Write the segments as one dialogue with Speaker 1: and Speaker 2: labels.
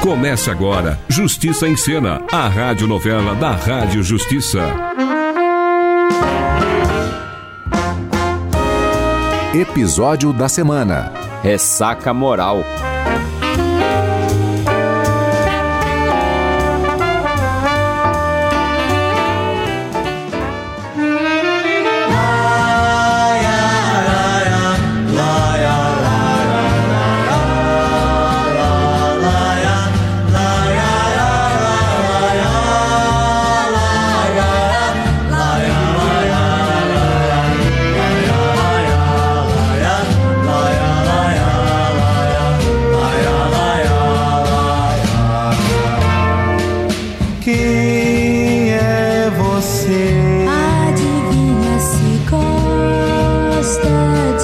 Speaker 1: Começa agora Justiça em Cena, a rádio novela da Rádio Justiça.
Speaker 2: Episódio da semana:
Speaker 3: Ressaca Moral.
Speaker 4: Quem é você?
Speaker 5: Adivinha se gosta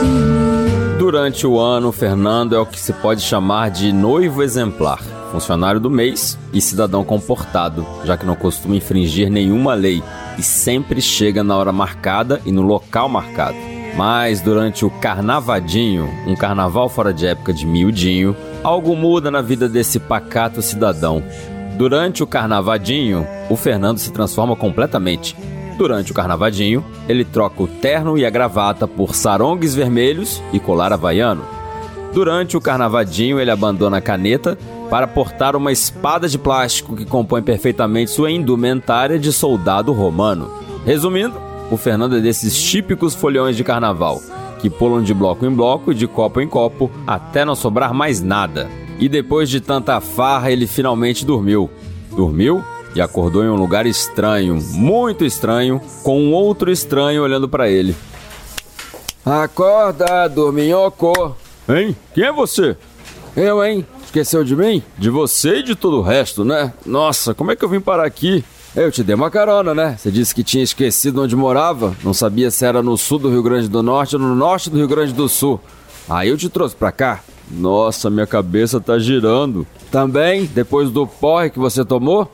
Speaker 5: de mim.
Speaker 3: Durante o ano, Fernando é o que se pode chamar de noivo exemplar, funcionário do mês e cidadão comportado, já que não costuma infringir nenhuma lei e sempre chega na hora marcada e no local marcado. Mas durante o Carnavadinho, um carnaval fora de época de miudinho, algo muda na vida desse pacato cidadão. Durante o Carnavadinho, o Fernando se transforma completamente. Durante o carnavadinho, ele troca o terno e a gravata por sarongues vermelhos e colar havaiano. Durante o carnavadinho, ele abandona a caneta para portar uma espada de plástico que compõe perfeitamente sua indumentária de soldado romano. Resumindo, o Fernando é desses típicos folhões de carnaval, que pulam de bloco em bloco e de copo em copo até não sobrar mais nada. E depois de tanta farra, ele finalmente dormiu. Dormiu e acordou em um lugar estranho, muito estranho, com um outro estranho olhando pra ele. Acorda, dorminhoco! Hein? Quem é você? Eu, hein? Esqueceu de mim? De você e de todo o resto, né? Nossa, como é que eu vim parar aqui? Eu te dei uma carona, né? Você disse que tinha esquecido onde morava, não sabia se era no sul do Rio Grande do Norte ou no norte do Rio Grande do Sul. Aí eu te trouxe pra cá. Nossa, minha cabeça tá girando. Também, depois do porre que você tomou?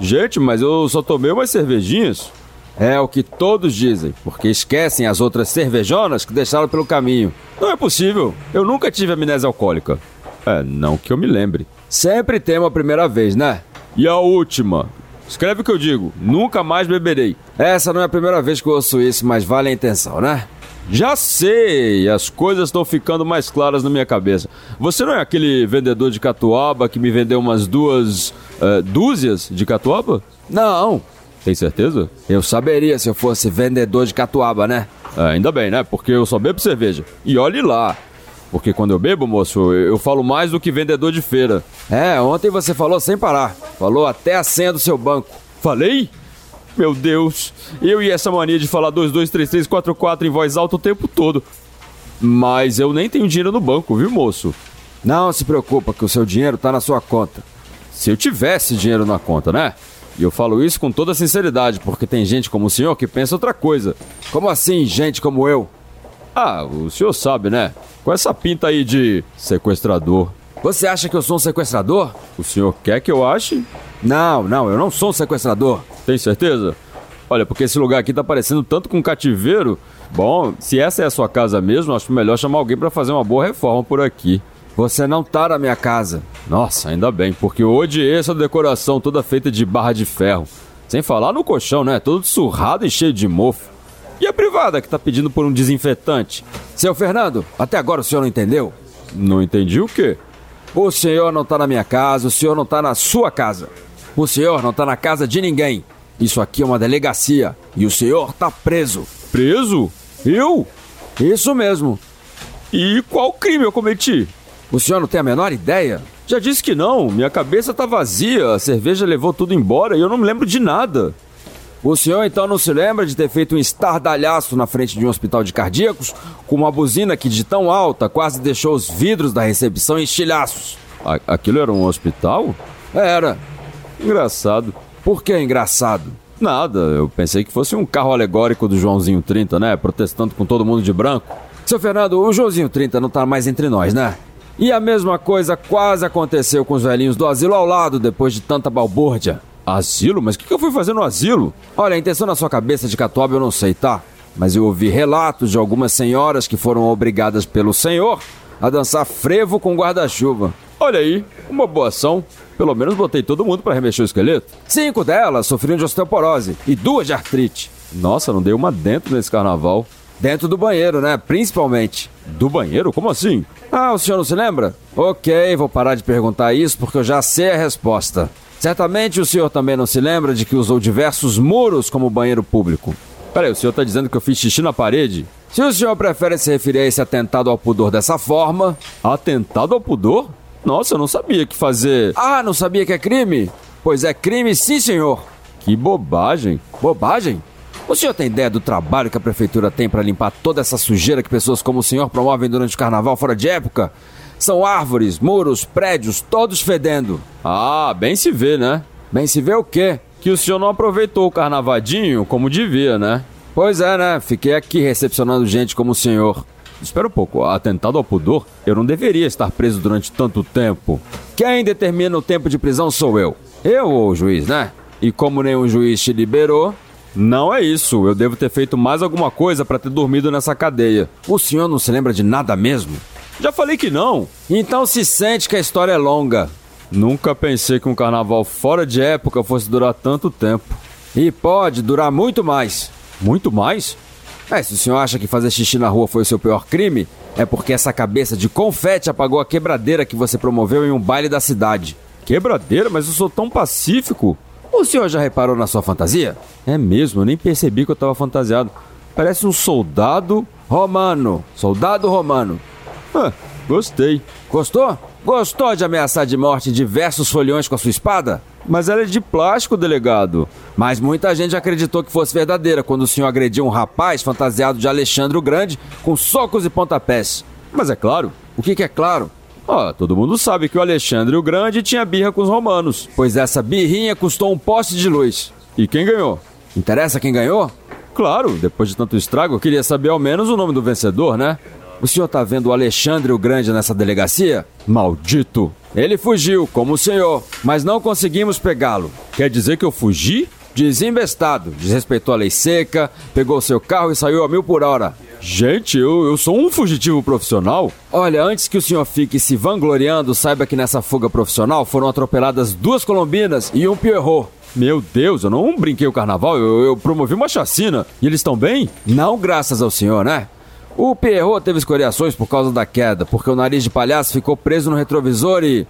Speaker 3: Gente, mas eu só tomei umas cervejinhas. É o que todos dizem, porque esquecem as outras cervejonas que deixaram pelo caminho. Não é possível, eu nunca tive amnésia alcoólica. É, não que eu me lembre. Sempre tem uma primeira vez, né? E a última? Escreve o que eu digo, nunca mais beberei. Essa não é a primeira vez que eu ouço isso, mas vale a intenção, né? Já sei, as coisas estão ficando mais claras na minha cabeça. Você não é aquele vendedor de catuaba que me vendeu umas duas eh, dúzias de catuaba? Não. Tem certeza? Eu saberia se eu fosse vendedor de catuaba, né? ainda bem, né? Porque eu só bebo cerveja. E olhe lá. Porque quando eu bebo, moço, eu eu falo mais do que vendedor de feira. É, ontem você falou sem parar. Falou até a senha do seu banco. Falei? Meu Deus, eu e essa mania de falar 223344 em voz alta o tempo todo. Mas eu nem tenho dinheiro no banco, viu, moço? Não se preocupa que o seu dinheiro tá na sua conta. Se eu tivesse dinheiro na conta, né? E eu falo isso com toda sinceridade, porque tem gente como o senhor que pensa outra coisa. Como assim, gente como eu? Ah, o senhor sabe, né? Com essa pinta aí de sequestrador. Você acha que eu sou um sequestrador? O senhor quer que eu ache? Não, não, eu não sou um sequestrador. Tem certeza? Olha, porque esse lugar aqui tá parecendo tanto com um cativeiro. Bom, se essa é a sua casa mesmo, acho melhor chamar alguém pra fazer uma boa reforma por aqui. Você não tá na minha casa. Nossa, ainda bem, porque eu odiei essa decoração toda feita de barra de ferro. Sem falar no colchão, né? Todo surrado e cheio de mofo. E a privada que tá pedindo por um desinfetante? Seu Fernando, até agora o senhor não entendeu? Não entendi o quê? O senhor não tá na minha casa, o senhor não tá na sua casa. O senhor não tá na casa de ninguém. Isso aqui é uma delegacia e o senhor tá preso. Preso? Eu? Isso mesmo. E qual crime eu cometi? O senhor não tem a menor ideia? Já disse que não, minha cabeça tá vazia, a cerveja levou tudo embora e eu não me lembro de nada. O senhor então não se lembra de ter feito um estardalhaço na frente de um hospital de cardíacos com uma buzina que de tão alta quase deixou os vidros da recepção em estilhaços? É, Aquilo era um hospital? Era. Engraçado. Por que engraçado? Nada, eu pensei que fosse um carro alegórico do Joãozinho 30, né? Protestando com todo mundo de branco. Seu Fernando, o Joãozinho 30 não tá mais entre nós, né? E a mesma coisa quase aconteceu com os velhinhos do asilo ao lado depois de tanta balbúrdia. Asilo? Mas o que, que eu fui fazer no asilo? Olha, a intenção na sua cabeça de catuaba eu não sei, tá? Mas eu ouvi relatos de algumas senhoras que foram obrigadas pelo senhor a dançar frevo com guarda-chuva. Olha aí, uma boa ação. Pelo menos botei todo mundo para remexer o esqueleto. Cinco delas sofriam de osteoporose e duas de artrite. Nossa, não dei uma dentro nesse carnaval. Dentro do banheiro, né? Principalmente. Do banheiro? Como assim? Ah, o senhor não se lembra? Ok, vou parar de perguntar isso porque eu já sei a resposta. Certamente o senhor também não se lembra de que usou diversos muros como banheiro público. Peraí, o senhor tá dizendo que eu fiz xixi na parede? Se o senhor prefere se referir a esse atentado ao pudor dessa forma. Atentado ao pudor? Nossa, eu não sabia que fazer. Ah, não sabia que é crime? Pois é crime, sim, senhor. Que bobagem. Bobagem? O senhor tem ideia do trabalho que a prefeitura tem para limpar toda essa sujeira que pessoas como o senhor promovem durante o carnaval fora de época? São árvores, muros, prédios, todos fedendo. Ah, bem se vê, né? Bem se vê o quê? Que o senhor não aproveitou o carnavadinho como devia, né? Pois é, né? Fiquei aqui recepcionando gente como o senhor. Espera um pouco, atentado ao pudor, eu não deveria estar preso durante tanto tempo. Quem determina o tempo de prisão sou eu. Eu ou o juiz, né? E como nenhum juiz te liberou, não é isso. Eu devo ter feito mais alguma coisa para ter dormido nessa cadeia. O senhor não se lembra de nada mesmo? Já falei que não. Então se sente que a história é longa. Nunca pensei que um carnaval fora de época fosse durar tanto tempo. E pode durar muito mais. Muito mais? É, se o senhor acha que fazer xixi na rua foi o seu pior crime, é porque essa cabeça de confete apagou a quebradeira que você promoveu em um baile da cidade. Quebradeira? Mas eu sou tão pacífico. O senhor já reparou na sua fantasia? É mesmo, eu nem percebi que eu tava fantasiado. Parece um soldado romano. Soldado romano. Ah, gostei. Gostou? Gostou de ameaçar de morte diversos foliões com a sua espada? Mas ela é de plástico, delegado. Mas muita gente acreditou que fosse verdadeira quando o senhor agrediu um rapaz fantasiado de Alexandre o Grande com socos e pontapés. Mas é claro. O que, que é claro? Ó, todo mundo sabe que o Alexandre o Grande tinha birra com os romanos, pois essa birrinha custou um poste de luz. E quem ganhou? Interessa quem ganhou? Claro, depois de tanto estrago, eu queria saber ao menos o nome do vencedor, né? O senhor tá vendo o Alexandre o Grande nessa delegacia? Maldito! Ele fugiu, como o senhor, mas não conseguimos pegá-lo. Quer dizer que eu fugi? Desembestado, desrespeitou a lei seca, pegou seu carro e saiu a mil por hora. Gente, eu, eu sou um fugitivo profissional? Olha, antes que o senhor fique se vangloriando, saiba que nessa fuga profissional foram atropeladas duas colombinas e um pierrot. Meu Deus, eu não brinquei o carnaval, eu, eu promovi uma chacina. E eles estão bem? Não, graças ao senhor, né? O Pierrot teve escoriações por causa da queda, porque o nariz de palhaço ficou preso no retrovisor e.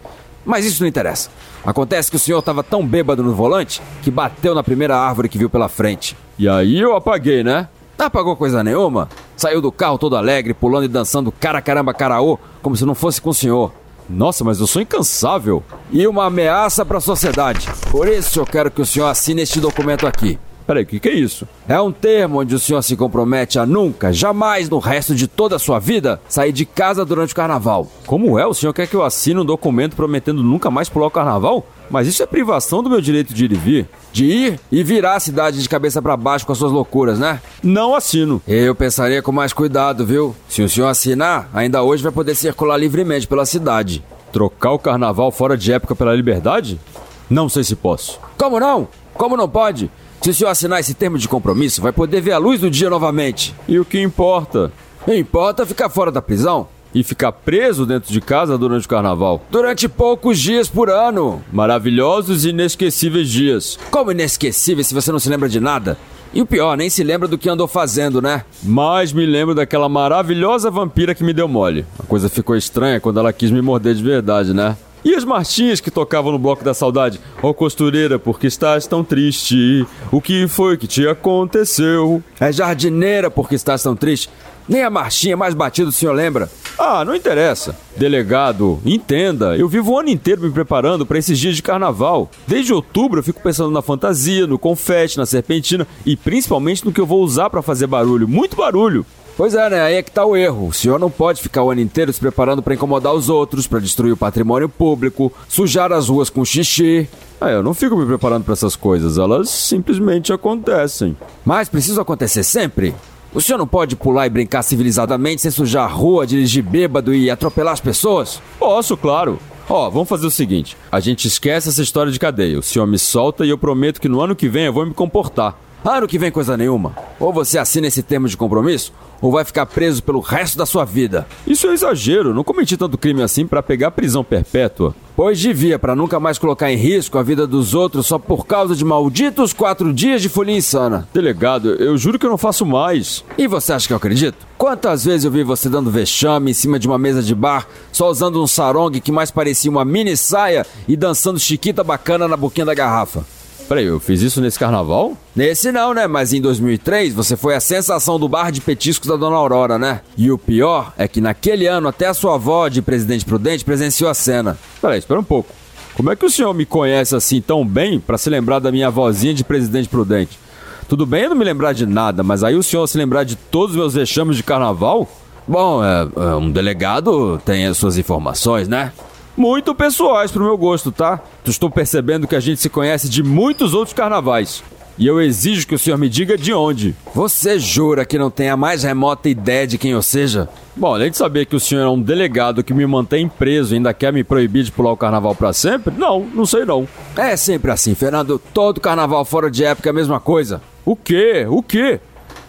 Speaker 3: Mas isso não interessa. Acontece que o senhor estava tão bêbado no volante que bateu na primeira árvore que viu pela frente. E aí eu apaguei, né? Não apagou coisa nenhuma. Saiu do carro todo alegre, pulando e dançando cara caramba caraô, como se não fosse com o senhor. Nossa, mas eu sou incansável. E uma ameaça para a sociedade. Por isso eu quero que o senhor assine este documento aqui. Peraí, o que, que é isso? É um termo onde o senhor se compromete a nunca, jamais no resto de toda a sua vida, sair de casa durante o carnaval. Como é? O senhor quer que eu assine um documento prometendo nunca mais pular o carnaval? Mas isso é privação do meu direito de ir e vir. De ir e virar a cidade de cabeça para baixo com as suas loucuras, né? Não assino. Eu pensaria com mais cuidado, viu? Se o senhor assinar, ainda hoje vai poder circular livremente pela cidade. Trocar o carnaval fora de época pela liberdade? Não sei se posso. Como não? Como não pode? Se o senhor assinar esse termo de compromisso, vai poder ver a luz do dia novamente. E o que importa? Importa ficar fora da prisão. E ficar preso dentro de casa durante o carnaval? Durante poucos dias por ano. Maravilhosos e inesquecíveis dias. Como inesquecíveis se você não se lembra de nada? E o pior, nem se lembra do que andou fazendo, né? Mas me lembro daquela maravilhosa vampira que me deu mole. A coisa ficou estranha quando ela quis me morder de verdade, né? E as marchinhas que tocavam no bloco da saudade? Ó costureira, porque estás tão triste? O que foi que te aconteceu? É jardineira, porque estás tão triste? Nem a marchinha mais batida o senhor lembra? Ah, não interessa. Delegado, entenda, eu vivo o ano inteiro me preparando para esses dias de carnaval. Desde outubro eu fico pensando na fantasia, no confete, na serpentina e principalmente no que eu vou usar para fazer barulho, muito barulho. Pois é, né? Aí é que tá o erro. O senhor não pode ficar o ano inteiro se preparando para incomodar os outros, para destruir o patrimônio público, sujar as ruas com xixi. Ah, eu não fico me preparando pra essas coisas, elas simplesmente acontecem. Mas preciso acontecer sempre? O senhor não pode pular e brincar civilizadamente sem sujar a rua, dirigir bêbado e atropelar as pessoas? Posso, claro. Ó, vamos fazer o seguinte: a gente esquece essa história de cadeia. O senhor me solta e eu prometo que no ano que vem eu vou me comportar. Ano que vem, coisa nenhuma. Ou você assina esse termo de compromisso, ou vai ficar preso pelo resto da sua vida. Isso é exagero. Não cometi tanto crime assim pra pegar prisão perpétua. Pois devia, pra nunca mais colocar em risco a vida dos outros só por causa de malditos quatro dias de folia insana. Delegado, eu juro que eu não faço mais. E você acha que eu acredito? Quantas vezes eu vi você dando vexame em cima de uma mesa de bar, só usando um sarong que mais parecia uma mini saia e dançando chiquita bacana na boquinha da garrafa? Peraí, eu fiz isso nesse carnaval? Nesse não, né? Mas em 2003 você foi a sensação do bar de petiscos da Dona Aurora, né? E o pior é que naquele ano até a sua avó de Presidente Prudente presenciou a cena. Peraí, espera um pouco. Como é que o senhor me conhece assim tão bem pra se lembrar da minha avózinha de Presidente Prudente? Tudo bem eu não me lembrar de nada, mas aí o senhor se lembrar de todos os meus vexames de carnaval? Bom, é, é, um delegado tem as suas informações, né? Muito pessoais pro meu gosto, tá? Estou percebendo que a gente se conhece de muitos outros carnavais. E eu exijo que o senhor me diga de onde. Você jura que não tem a mais remota ideia de quem eu seja? Bom, além de saber que o senhor é um delegado que me mantém preso e ainda quer me proibir de pular o carnaval pra sempre, não, não sei não. É sempre assim, Fernando. Todo carnaval fora de época é a mesma coisa. O quê? O quê?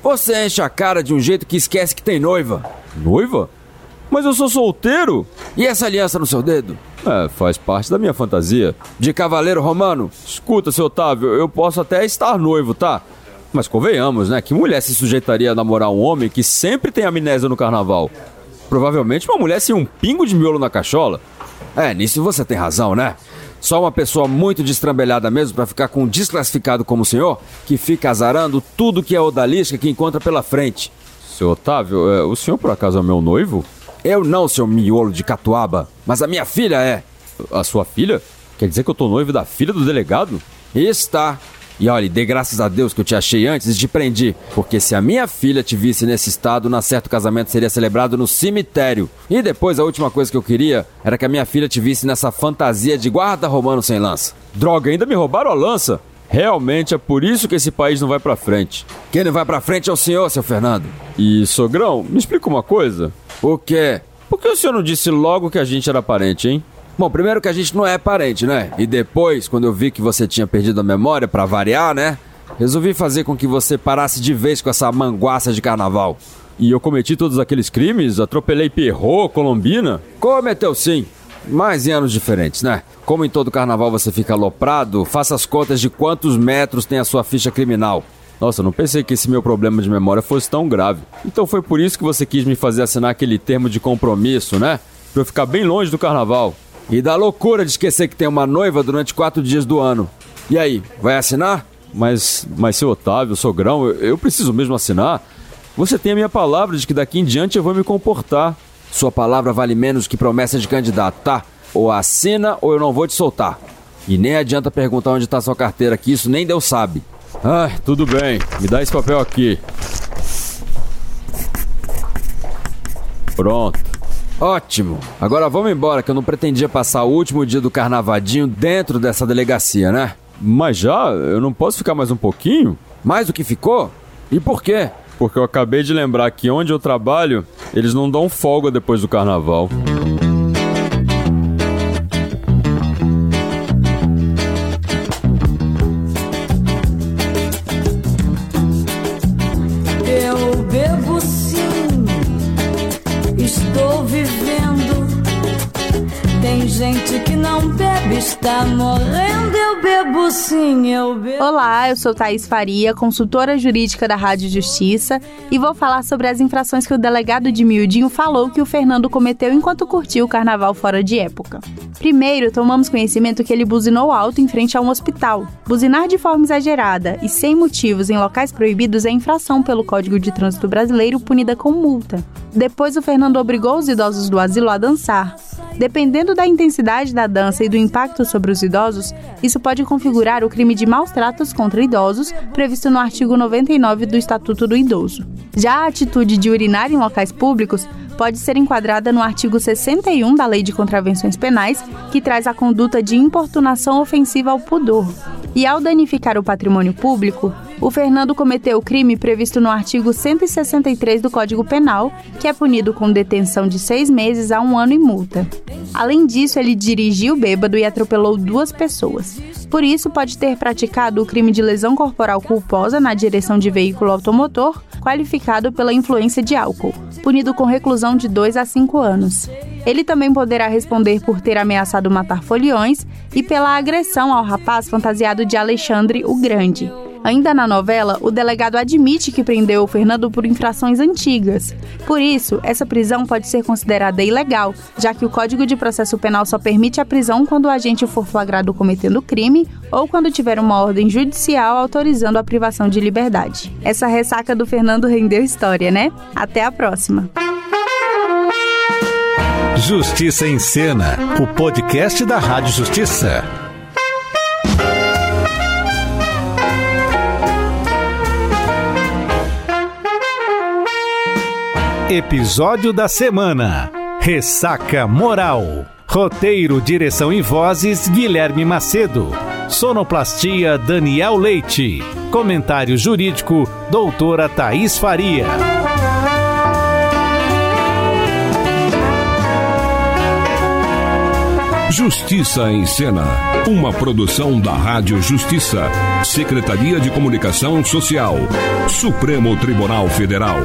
Speaker 3: Você enche a cara de um jeito que esquece que tem noiva. Noiva? Mas eu sou solteiro! E essa aliança no seu dedo? É, faz parte da minha fantasia. De cavaleiro romano? Escuta, seu Otávio, eu posso até estar noivo, tá? Mas convenhamos, né? Que mulher se sujeitaria a namorar um homem que sempre tem amnésia no carnaval? Provavelmente uma mulher sem um pingo de miolo na cachola. É, nisso você tem razão, né? Só uma pessoa muito destrambelhada mesmo pra ficar com um desclassificado como o senhor, que fica azarando tudo que é odalisca que encontra pela frente. Seu Otávio, é, o senhor por acaso é meu noivo? Eu não, seu miolo de catuaba, mas a minha filha é. A sua filha? Quer dizer que eu tô noivo da filha do delegado? Está. E olha, dê graças a Deus que eu te achei antes e te prendi, porque se a minha filha te visse nesse estado, na certo casamento seria celebrado no cemitério. E depois a última coisa que eu queria era que a minha filha te visse nessa fantasia de guarda romano sem lança. Droga, ainda me roubaram a lança? Realmente é por isso que esse país não vai pra frente. Quem não vai pra frente é o senhor, seu Fernando. E, sogrão, me explica uma coisa. O quê? Por que o senhor não disse logo que a gente era parente, hein? Bom, primeiro que a gente não é parente, né? E depois, quando eu vi que você tinha perdido a memória, pra variar, né? Resolvi fazer com que você parasse de vez com essa manguaça de carnaval. E eu cometi todos aqueles crimes? Atropelei Perro, Colombina? Cometeu sim. Mas em anos diferentes, né? Como em todo carnaval você fica aloprado, faça as contas de quantos metros tem a sua ficha criminal. Nossa, eu não pensei que esse meu problema de memória fosse tão grave. Então foi por isso que você quis me fazer assinar aquele termo de compromisso, né? Pra eu ficar bem longe do carnaval. E da loucura de esquecer que tem uma noiva durante quatro dias do ano. E aí, vai assinar? Mas, mas seu Otávio, sogrão, eu, eu preciso mesmo assinar? Você tem a minha palavra de que daqui em diante eu vou me comportar. Sua palavra vale menos que promessa de candidato, tá? Ou assina ou eu não vou te soltar. E nem adianta perguntar onde tá sua carteira, que isso nem Deus sabe. Ah, tudo bem. Me dá esse papel aqui. Pronto. Ótimo. Agora vamos embora, que eu não pretendia passar o último dia do carnavadinho dentro dessa delegacia, né? Mas já? Eu não posso ficar mais um pouquinho? Mais do que ficou? E por quê? Porque eu acabei de lembrar que onde eu trabalho, eles não dão folga depois do carnaval.
Speaker 5: Eu bebo sim, estou vivendo. Tem gente que não bebe, está morrendo. Eu bebo sim, eu bebo.
Speaker 6: Olá, eu sou Thaís Faria, consultora jurídica da Rádio Justiça, e vou falar sobre as infrações que o delegado de Miudinho falou que o Fernando cometeu enquanto curtiu o carnaval fora de época. Primeiro, tomamos conhecimento que ele buzinou alto em frente a um hospital. Buzinar de forma exagerada e sem motivos em locais proibidos é infração pelo Código de Trânsito Brasileiro punida com multa. Depois, o Fernando obrigou os idosos do asilo a dançar. Dependendo da intensidade da dança e do impacto sobre os idosos, isso pode configurar o crime de maus tratos contra idosos, previsto no artigo 99 do Estatuto do Idoso. Já a atitude de urinar em locais públicos pode ser enquadrada no artigo 61 da Lei de Contravenções Penais, que traz a conduta de importunação ofensiva ao pudor. E ao danificar o patrimônio público, o Fernando cometeu o crime previsto no artigo 163 do Código Penal, que é punido com detenção de seis meses a um ano e multa. Além disso, ele dirigiu bêbado e atropelou duas pessoas. Por isso, pode ter praticado o crime de lesão corporal culposa na direção de veículo automotor, qualificado pela influência de álcool, punido com reclusão de 2 a 5 anos. Ele também poderá responder por ter ameaçado matar foliões e pela agressão ao rapaz fantasiado de Alexandre o Grande. Ainda na novela, o delegado admite que prendeu o Fernando por infrações antigas. Por isso, essa prisão pode ser considerada ilegal, já que o Código de Processo Penal só permite a prisão quando o agente for flagrado cometendo crime ou quando tiver uma ordem judicial autorizando a privação de liberdade. Essa ressaca do Fernando rendeu história, né? Até a próxima.
Speaker 7: Justiça em Cena, o podcast da Rádio Justiça. Episódio da semana: Ressaca Moral. Roteiro, direção e vozes: Guilherme Macedo. Sonoplastia: Daniel Leite. Comentário jurídico: Doutora Thaís Faria.
Speaker 1: Justiça em Cena. Uma produção da Rádio Justiça. Secretaria de Comunicação Social. Supremo Tribunal Federal.